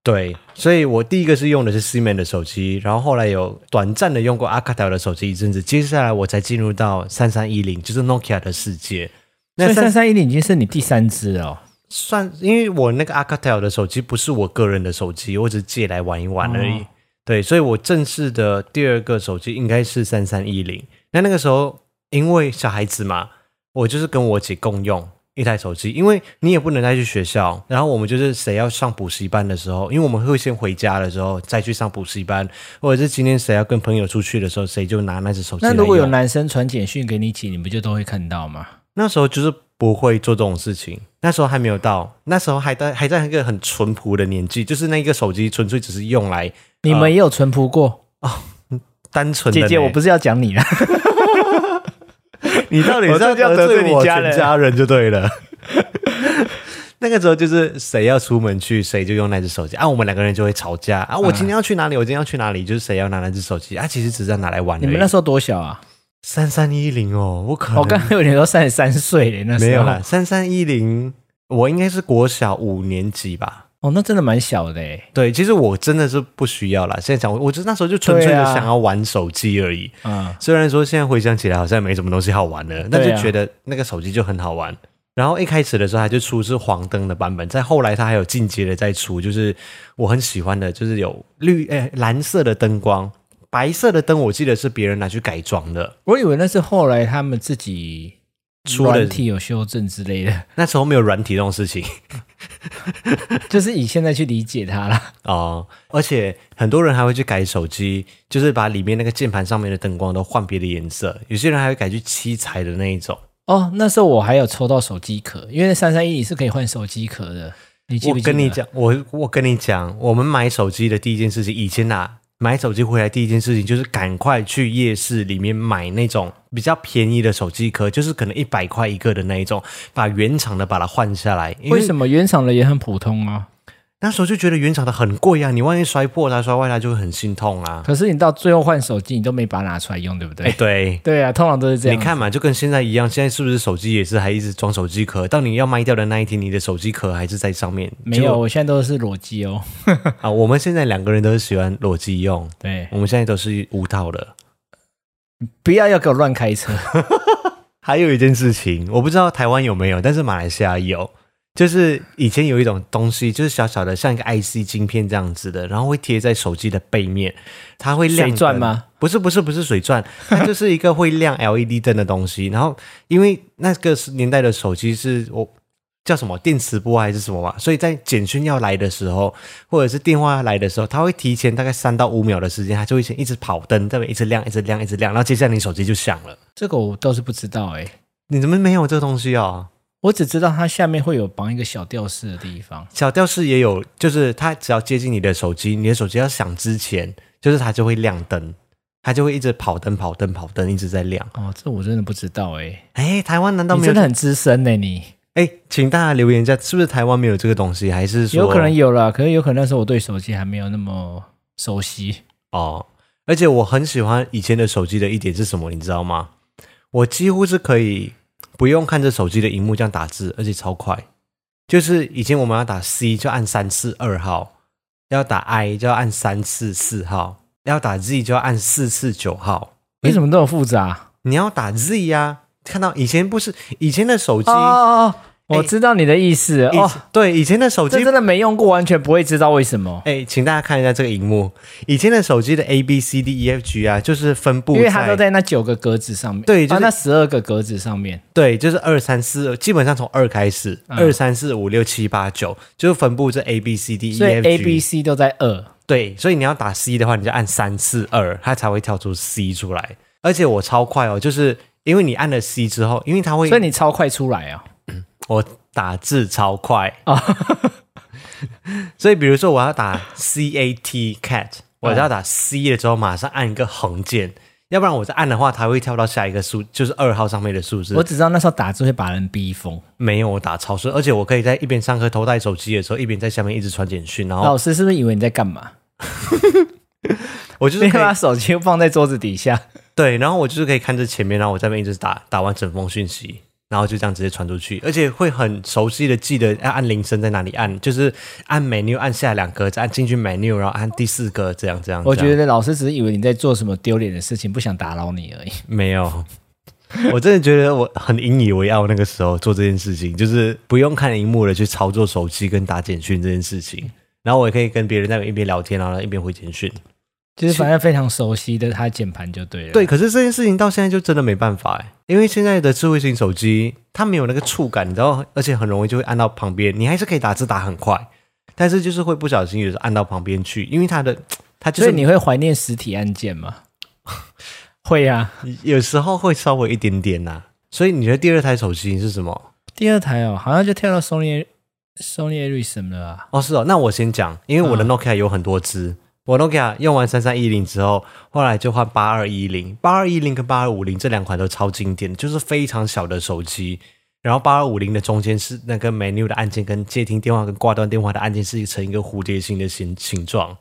S1: 对，所以我第一个是用的是 Siemens 的手机，然后后来有短暂的用过 Arcatel 的手机一阵子，接下来我才进入到三三一零，就是 Nokia 的世界。
S2: 所
S1: 那
S2: 以三
S1: 三
S2: 三一零已经是你第三支了、哦，
S1: 算，因为我那个 Arcatel 的手机不是我个人的手机，我只是借来玩一玩而已。
S2: 哦
S1: 对，所以我正式的第二个手机应该是三三一零。那那个时候，因为小孩子嘛，我就是跟我姐共用一台手机，因为你也不能带去学校，然后我们就是谁要上补习班的时候，因为我们会先回家的时候再去上补习班，或者是今天谁要跟朋友出去的时候，谁就拿那只手机来
S2: 那
S1: 用。
S2: 如果有男生传简讯给你姐，你不就都会看到吗？
S1: 那时候就是不会做这种事情，那时候还没有到，那时候还在还在一个很淳朴的年纪，就是那个手机纯粹只是用来
S2: 你们也有淳朴过，
S1: 单纯的
S2: 姐
S1: 呢。
S2: 姐，我不是要讲你啊啦，
S1: 你到底
S2: 我
S1: 是要
S2: 这就要
S1: 得
S2: 得罪
S1: 罪
S2: 你
S1: 我
S2: 家
S1: 全
S2: 人
S1: 家人就对 了。那个时候就是谁要出门去，谁就用那只手机啊，我们两个人就会吵架啊。我今
S2: 嗯
S1: 天要去哪里？我今天要去哪里？就是谁要拿那只手机啊？其实只是要拿来玩而已。
S2: 你们那时候多小啊？
S1: 三三一零哦，我可能
S2: 我刚刚有点说三十三岁嘞，那时候
S1: 没有啦，三三一零，我应该是国小五年级吧。
S2: 哦，那真的蛮小的欸诶。
S1: 对，其实我真的是不需要啦。现在想，我就那时候就纯粹
S2: 对
S1: 的
S2: 啊
S1: 想要玩手机而已。
S2: 嗯，
S1: 虽然说现在回想起来好像没什么东西好玩的，但
S2: 对
S1: 就
S2: 啊
S1: 觉得那个手机就很好玩。然后一开始的时候，它就出是黄灯的版本，再后来它还有进阶的再出，就是我很喜欢的，就是有绿诶、蓝色的灯光，白色的灯我记得是别人拿去改装的。
S2: 我以为那是后来他们自己
S1: 出了
S2: 软体有修正之类的，
S1: 那时候没有软体这种事情
S2: 就是以现在去理解它啦。
S1: 哦，而且很多人还会去改手机，就是把里面那个键盘上面的灯光都换别的颜色，有些人还会改去七彩的那一种。
S2: 哦，那时候我还有抽到手机壳，因为三三一是可以换手机壳的，你记不
S1: 我
S2: 记得？
S1: 跟你，讲，我我跟你讲，我们买手机的第一件事情，以前啊，买手机回来第一件事情就是赶快去夜市里面买那种比较便宜的手机壳，就是可能一百块一个的那一种，把原厂的把它换下来。因
S2: 为什么原厂的也很普通啊？
S1: 那时候就觉得原厂的很贵啊，你万一摔破它、摔坏它就会很心痛啊。
S2: 可是你到最后换手机，你都没把它拿出来用，对不对？
S1: 哎，对。
S2: 对啊，通常都是这
S1: 你
S2: 样。
S1: 看嘛，就跟现在一样，现在是不是手机也是还一直装手机壳？到你要卖掉的那一天，你的手机壳还是在上面。
S2: 没有，我现在都是裸机哦。
S1: 啊？我们现在两个人都是喜欢裸机用，
S2: 对，
S1: 我们现在都是无套的。
S2: 不要要给我乱开车。
S1: 还有一件事情，我不知道台湾有没有，但是马来西亚有，就是以前有一种东西，就是小小的，像一个 IC 晶片这样子的，然后会贴在手机的背面，它会亮
S2: 水钻
S1: 灯
S2: 吗？
S1: 不是，不是，不是水钻，它就是一个会亮 LED 灯的东西。然后因为那个时年代的手机是我。叫什么电磁波还是什么嘛？所以在简讯要来的时候，或者是电话要来的时候，它会提前大概三到五秒的时间，它就会先一直跑灯，这边一直亮，一直亮，一直亮，然后接下来你手机就响了。
S2: 这个我倒是不知道哎、
S1: 你怎么没有这个东西哦？
S2: 我只知道它下面会有绑一个小吊饰的地方。
S1: 小吊饰也有，就是它只要接近你的手机，你的手机要响之前，就是它就会亮灯，它就会一直跑灯、跑灯、跑灯，一直在亮。
S2: 哦，这我真的不知道哎、
S1: 哎，台湾难道
S2: 你
S1: 没有
S2: 真的？很资深呢、你
S1: 哎，请大家留言一下，是不是台湾没有这个东西？还是说
S2: 有可能有啦，可是有可能那时候我对手机还没有那么熟悉。
S1: 哦？而且我很喜欢以前的手机的一点是什么，你知道吗？我几乎是可以不用看着手机的荧幕这样打字，而且超快。就是以前我们要打 C 就按三四二号，要打 I 就要按三四四号，要打 Z 就要按四四九号。
S2: 为什么这么复杂？
S1: 你要打 Z 呀、看到以前不是以前的手机，
S2: 哦哦哦，我
S1: 哎
S2: 知道你的意思、
S1: 以
S2: 哦。
S1: 对以前的手
S2: 这
S1: 机
S2: 真的没用过，完全不会知道为什么，
S1: 哎、请大家看一下这个荧幕。以前的手机的 A B C D E F G 啊，就是分布
S2: 因为它都
S1: 在
S2: 在那九个格子上面，
S1: 对就是
S2: 啊、那十二个格子上面。
S1: 对，就是二三四，基本上从二开始，
S2: 嗯
S1: 二三四五六七八九，就是分布这 A B C D E
S2: 所以
S1: F G。
S2: A、B、C 都在二。
S1: 对，所以你要打 C 的话，你就按三四二，它才会跳出 C 出来。而且我超快哦，就是因为你按了 C 之后，因为它会，
S2: 所以你超快出来啊、
S1: 我打字超快
S2: 哦
S1: 啊。 所以比如说我要打 C A T cat，我
S2: 嗯
S1: 要打 C 了之后马上按一个横键，要不然我再按的话，它会跳到下一个数，就是二号上面的数字。
S2: 我只知道那时候打字会把人逼疯，
S1: 没有我打超顺，而且我可以在一边上课偷带手机的时候，一边在下面一直传简讯，然后
S2: 老师是不是以为你在 干嘛？
S1: 我就是啊
S2: 你
S1: 可以
S2: 把手机放在桌子底下，
S1: 对，然后我就是可以看着前面，然后我在那边一直打打完整封讯息。然后就这样直接传出去，而且会很熟悉的记得要按铃声在哪里按，就是按 menu 按下两格，再按进去 menu，然后按第四个，这样这啊样。
S2: 我
S1: 这
S2: 觉
S1: 样
S2: 得老师只是以为你在做什么丢脸的事情，不想打扰你而已。
S1: 没有，我真的觉得我很引以为傲。那个时候做这件事情，就是不用看荧幕了去操作手机跟打简讯这件事情，然后我也可以跟别人在一边聊天，然后一边回简讯。
S2: 就是反正非常熟悉的他键盘就对了。
S1: 对，，可是这件事情到现在就真的没办法哎，因为现在的智慧型手机它没有那个触感，你知道，而且很容易就会按到旁边，你还是可以打字打很快，但是就是会不小心有时候按到旁边去，因为它的它就
S2: 所
S1: 是
S2: 以你会怀念实体按键 吗？会啊呀、
S1: 有时候会稍微一点点呐、所以你觉得第二台手机是什么？
S2: 第二台哦，好像就跳到 Sony Sony Ericsson 了啊吧？
S1: 哦，是哦，那我先讲，因为我的 Nokia 有很多只。我 Nokia 用完三三一零之后，后来就换八二一零，八二一零跟八二五零这两款都超经典，就是非常小的手机。然后八二五零的中间是那个 menu 的按键，跟接听电话跟挂断电话的按键是成一个蝴蝶形的形形状。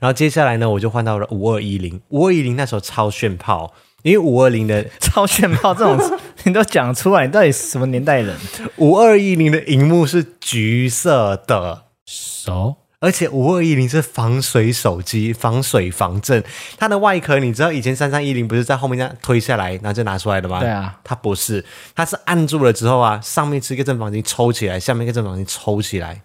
S1: 然后接下来呢，我就换到了五二一零，五二一零那时候超炫炮，因为五二零的
S2: 超炫炮这种 你都讲出来，你到底是什么年代人？
S1: 五二一零的荧幕是橘色的，
S2: 熟
S1: 而且五二一零是防水手机，防水防震。它的外壳你知道以前三三一零不是在后面这样推下来，然后就拿出来的吗？
S2: 对啊，
S1: 它不是，它是按住了之后啊，上面是一个正方形抽起来，下面一个正方形抽起来，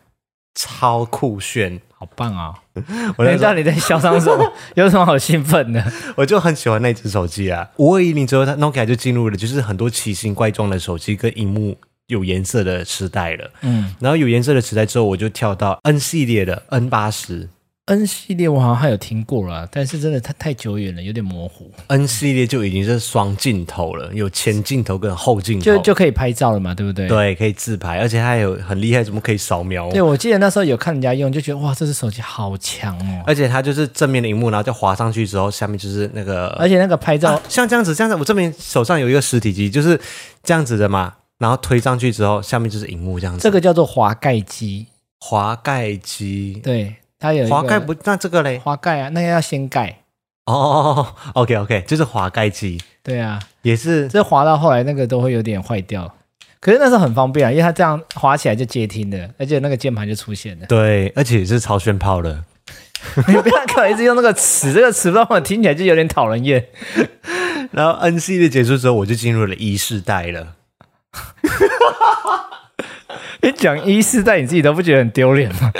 S1: 超酷炫。
S2: 好棒啊、
S1: 我
S2: 我
S1: 那时
S2: 知
S1: 候
S2: 道你在嚣张什 么，有什么好兴奋的？
S1: 我就很喜欢那只手机啊。五二一零之后，它 Nokia 就进入了就是很多奇形怪状的手机跟荧幕有颜色的时代了。
S2: 嗯
S1: 然后有颜色的时代之后，我就跳到 N 系列的 N 八十。
S2: ，N 系列我好像还有听过啦，但是真的它太久远了，有点模糊，
S1: N 系列就已经是双镜头了，有前镜头跟后镜头，
S2: 就就可以拍照了嘛，对不对？。
S1: 对，可以自拍，而且它还有很厉害，怎么可以扫描？
S2: 对，我记得那时候有看人家用，就觉得哇，这只手机好强哦！
S1: 而且它就是正面的荧幕，然后再滑上去之后，下面就是那个，
S2: 而且那个拍照
S1: 啊像这样子，这样子，我这边手上有一个实体机，就是这样子的嘛，然后推上去之后，下面就是荧幕这样子。
S2: 这个叫做滑盖机，
S1: 滑盖机，
S2: 对，它有一个
S1: 滑盖不？那这个嘞？
S2: 滑盖啊，那个要先盖，
S1: 哦哦哦，OK OK，就是滑盖机，
S2: 对啊，
S1: 也是。
S2: 这滑到后来那个都会有点坏掉。可是那时候很方便啊，因为它这样滑起来就接听的，而且那个键盘就出现了
S1: 对，而且也是超炫炮的。
S2: 你不要给我一直用那个词，这个词让我听起来就有点讨人厌。
S1: 然后 N 系列结束之后，我就进入了一世代了。
S2: 你讲一世代，你自己都不觉得很丢脸吗？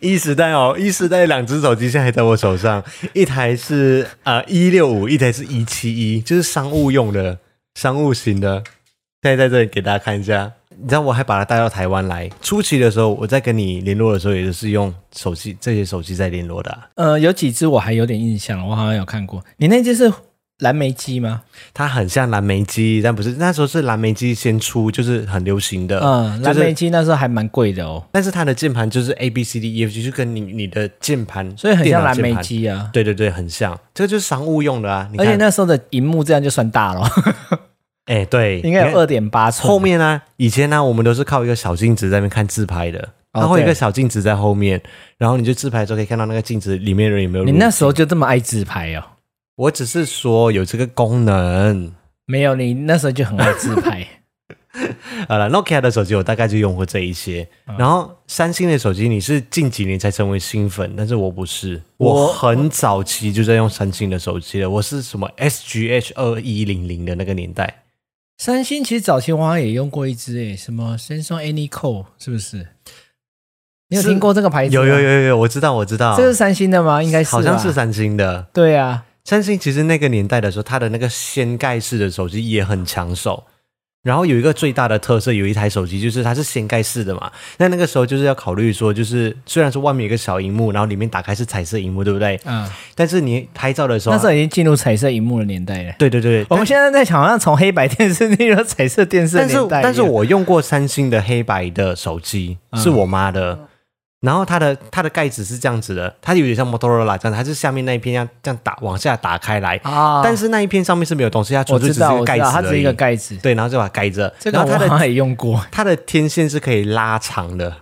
S1: 一时代哦，一时代两只手机现在还在我手上，一台是呃一六五，一台是一七一，就是商务用的商务型的。现在在这里给大家看一下，你知道我还把它带到台湾来。初期的时候，我在跟你联络的时候，也就是用手机这些手机在联络的啊、
S2: 呃，有几只我还有点印象，我好像有看过。你那只是蓝莓机吗？
S1: 它很像蓝莓机，但不是那时候是蓝莓机先出，就是很流行的。
S2: 嗯，
S1: 就
S2: 蓝莓
S1: 是，
S2: 机那时候还蛮贵的哦，
S1: 但是它的键盘就是 A B C D E F G，就跟你你的键盘，
S2: 所以很像蓝莓
S1: 电脑键
S2: 机啊
S1: 盘。。对对对，很像，这个就是商务用的啊。你
S2: 而
S1: 看
S2: 且那时候的荧幕这样就算大了，
S1: 哎、对，
S2: 应该
S1: 你
S2: 有
S1: 看
S2: 二点八寸。
S1: 后面呢、以前呢、我们都是靠一个小镜子在那边看自拍的，
S2: 哦
S1: 它会有一
S2: 对
S1: 个小镜子在后面，然后你就自拍的时候可以看到那个镜子里面人有没有。
S2: 你那时候就这么爱自拍哦？
S1: 我只是说有这个功能。
S2: 没有，你那时候就很爱自拍。
S1: 好了，Nokia 的手机我大概就用过这一些，
S2: 嗯
S1: 然后三星的手机你是近几年才成为新粉，但是我不是，我
S2: 我
S1: 很早期就在用三星的手机了，我是什么 SGH 二一零零的那个年代，
S2: 三星其实早期我好像也用过一只诶，什么 Samsung Anyco 是不是？你有
S1: 是
S2: 听过哎这个牌子？
S1: 有有，有有有，我知道我知道，
S2: 这是三星的吗？应该是吧，啊
S1: 好像是三星的，
S2: 对啊，
S1: 三星其实那个年代的时候，它的那个掀盖式的手机也很抢手。然后有一个最大的特色，有一台手机就是它是掀盖式的嘛。那那个时候就是要考虑说，就是虽然说外面有一个小荧幕，然后里面打开是彩色荧幕，对不对？
S2: 嗯，
S1: 但是你拍照的时候
S2: 那
S1: 啊，
S2: 时候已经进入彩色荧幕的年代了。
S1: 对对对，
S2: 我们现在在想，好像从黑白电视进入彩色电视的
S1: 但是
S2: 年代一样。
S1: 但是我用过三星的黑白的手机，是我妈的。嗯然后它的它的盖子是这样子的，它有点像摩托罗拉这样，它是下面那一片要这样打往下打开来，
S2: 啊，
S1: 但是那一片上面是没有东西，它纯
S2: 我
S1: 粹只
S2: 知
S1: 是
S2: 道，
S1: 一个
S2: 我
S1: 盖
S2: 知
S1: 子
S2: 道，它只是一
S1: 而
S2: 个
S1: 已
S2: 盖子。
S1: 对，然后就把它盖着。
S2: 这个
S1: 然
S2: 我
S1: 后它
S2: 好像
S1: 的
S2: 也 用过，
S1: 它的天线是可以拉长的，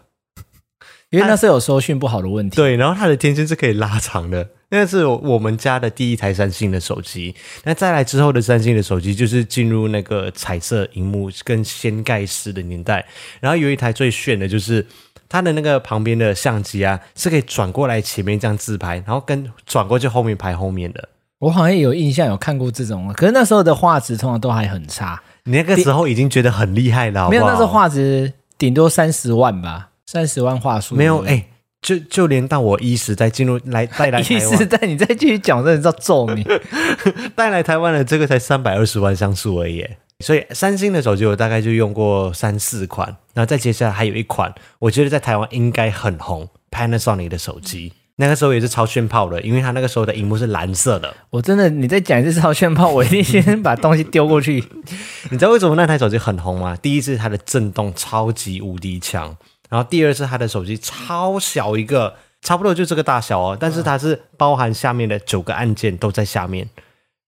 S2: 因为那时候有收讯不好的问题。
S1: 对，然后它的天线是可以拉长的。那是我们家的第一台三星的手机。那再来之后的三星的手机，就是进入那个彩色荧幕跟掀盖式的年代。然后有一台最炫的就是。它的那个旁边的相机啊，是可以转过来前面这样自拍，然后跟转过去后面拍后面的。
S2: 我好像也有印象有看过这种，可是那时候的画质通常都还很差，
S1: 你那个时候已经觉得很厉害了，好不好
S2: 没有那时候画质顶多三十万吧，三十万画素
S1: 没有哎、就就连到我一时代进入来带来
S2: 意
S1: 台
S2: 思
S1: 湾
S2: 但你再继续讲，我真的是要揍你。
S1: 带来台湾的这个才三百二十万像素而已耶。所以三星的手机我大概就用过三四款，然后再接下来还有一款，我觉得在台湾应该很红，Panasonic 的手机，那个时候也是超炫炮的，因为它那个时候的荧幕是蓝色的。
S2: 我真的，你再讲一次超炫炮，我一定先把东西丢过去。
S1: 你知道为什么那台手机很红吗？第一是它的震动超级无敌强，然后第二是它的手机超小一个，差不多就这个大小哦，但是它是包含下面的九个按键都在下面，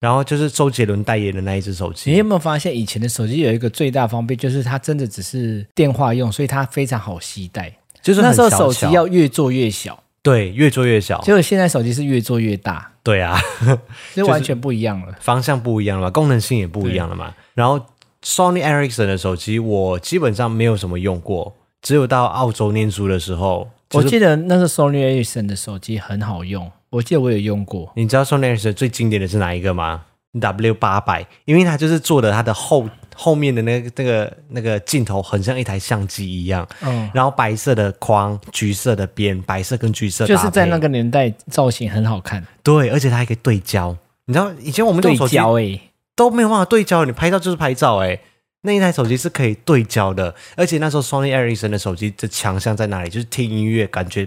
S1: 然后就是周杰伦代言的那一只手
S2: 你有
S1: 机。
S2: 没有发现，以前的手机有一个最大方便，就是它真的只是电话用，所以它非常好携带。
S1: 就是很
S2: 那时候
S1: 小
S2: 手
S1: 巧哦
S2: 机要越做越小，
S1: 对越做越小，
S2: 结果现在手机是越做越大，
S1: 对啊，
S2: 就完全不一样了。
S1: 方向不一样了嘛，功能性也不一样了嘛。然后 Sony Ericsson 的手机我基本上没有什么用过，只有到澳洲念书的时候，就是
S2: 我记得那时候 Sony Ericsson 的手机很好用，我记得我有用过。
S1: 你知道 Sony Ericsson 最经典的是哪一个吗？W 八百，因为它就是做的它的后后面的那个那个那个镜头很像一台相机一样，
S2: 嗯，
S1: 然后白色的框，橘色的边，白色跟橘色
S2: 就是在那
S1: 搭配
S2: 个年代造型很好看，
S1: 对，而且它还可以对焦。你知道以前我们这
S2: 对
S1: 种手机
S2: 焦欸诶、
S1: 都没有办法对焦，你拍照就是拍照哎、那一台手机是可以对焦的，而且那时候 Sony Ericsson 的手机的强项在哪里？就是听音乐感觉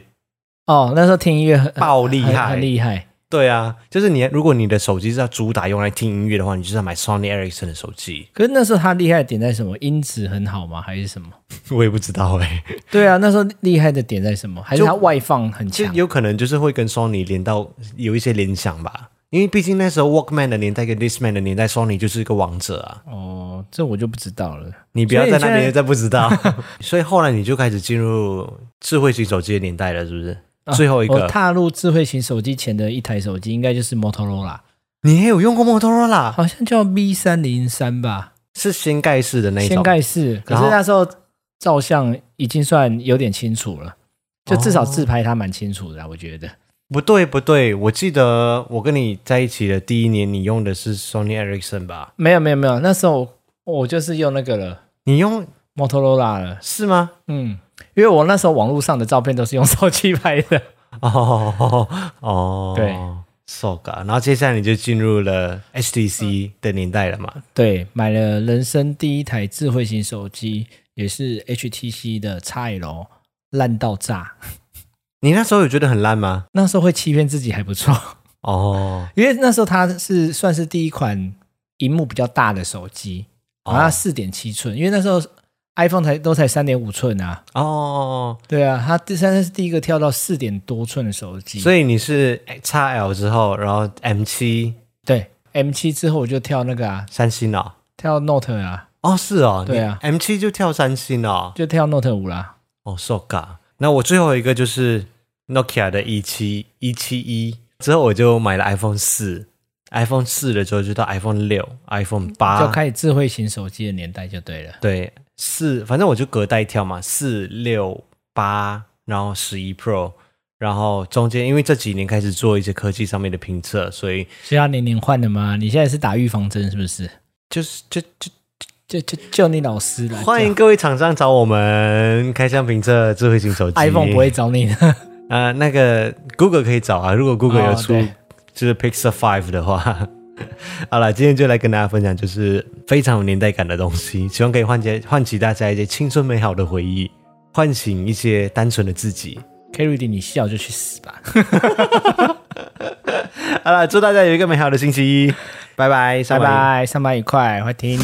S2: 哦，那时候听音乐很
S1: 爆厉
S2: 很
S1: 害
S2: 很，厉害。
S1: 对啊，就是你，如果你的手机是要主打用来听音乐的话，你就是要买 Sony Ericsson 的手机。
S2: 可是那时候它厉害的点在什么？音质很好吗？还是什么？
S1: 我也不知道哎、
S2: 对啊，那时候厉害的点在什么？还是
S1: 就
S2: 它外放很
S1: 其实
S2: 强？
S1: 有可能就是会跟 Sony 连到有一些联想吧，因为毕竟那时候 Walkman 的年代跟 Discman 的年代，Sony 就是一个王者啊。
S2: 哦，这我就不知道了。
S1: 你不要
S2: 所以
S1: 在那
S2: 现在
S1: 边再不知道，所以后来你就开始进入智慧型手机的年代了，是不是？最后一
S2: 啊我
S1: 个，
S2: 踏入智慧型手机前的一台手机，应该就是 Motorola，
S1: 你也有用过 Motorola，
S2: 好像叫 V 三零三吧，
S1: 是掀盖式的那一种，
S2: 掀盖式。可
S1: 然
S2: 是
S1: 后
S2: 那时候照相已经算有点清楚了，就至少
S1: 哦
S2: 自拍它蛮清楚的啊、我觉得。
S1: 不对不对，我记得我跟你在一起的第一年，你用的是 Sony Ericsson 吧？
S2: 没有没有没有，那时候我就是用那个了
S1: 你用
S2: Motorola 了，
S1: 是吗？
S2: 嗯，因为我那时候网络上的照片都是用手机拍的。
S1: 哦 哦，
S2: 对
S1: ，so ga。然后接下来你就进入了 HTC 的年代了嘛？
S2: 对，买了人生第一台智慧型手机，也是 HTC 的 XL，烂到炸。
S1: 你那时候有觉得很烂吗？
S2: 那时候会欺骗自己还不错，
S1: 哦，
S2: 因为那时候它是算是第一款荧幕比较大的手机，
S1: 哦
S2: 好像四点七寸，因为那时候 iPhone 才都才三点五寸啊。
S1: 哦，
S2: 对啊，它第三是第一个跳到四点多寸的手机，
S1: 所
S2: 以
S1: 以你是 x L 之后，然后 M 七
S2: 对 M 七之后我就跳那个啊，
S1: 三星哦，
S2: 跳 Note 啊，
S1: 哦是哦，
S2: 对啊
S1: ，M 七就跳三星哦，
S2: 就跳 Note 五啦。
S1: 哦，so ga。那我最后一个就是 Nokia 的一七一七一，之后我就买了 iPhone 四，iPhone 四了之后就到 iPhone 六、iPhone
S2: 就
S1: 八，
S2: 开始智慧型手机的年代就对了。
S1: 对，四，反正我就隔代跳嘛，四六八，然后十一 Pro，然后中间因为这几年开始做一些科技上面的评测，所以
S2: 是要年年换的吗？你现在是打预防针是不是？
S1: 就是就就
S2: 就就就你老师了，
S1: 欢迎各位厂商找我们开箱评测智慧型手机
S2: iPhone 不会找你的。
S1: 呃，那个 Google 可以找啊，如果 Google
S2: 哦
S1: 有出、
S2: 对
S1: 就是 Pixel Five 的话， 好了，今天就来跟大家分享，就是非常有年代感的东西，希望可以唤起唤起大家一些青春美好的回忆，唤醒一些单纯的自己。
S2: Kerry，你笑就去死吧！
S1: 好了，祝大家有一个美好的星期一，拜拜，上
S2: 拜
S1: 班
S2: 拜，上班愉快，快听。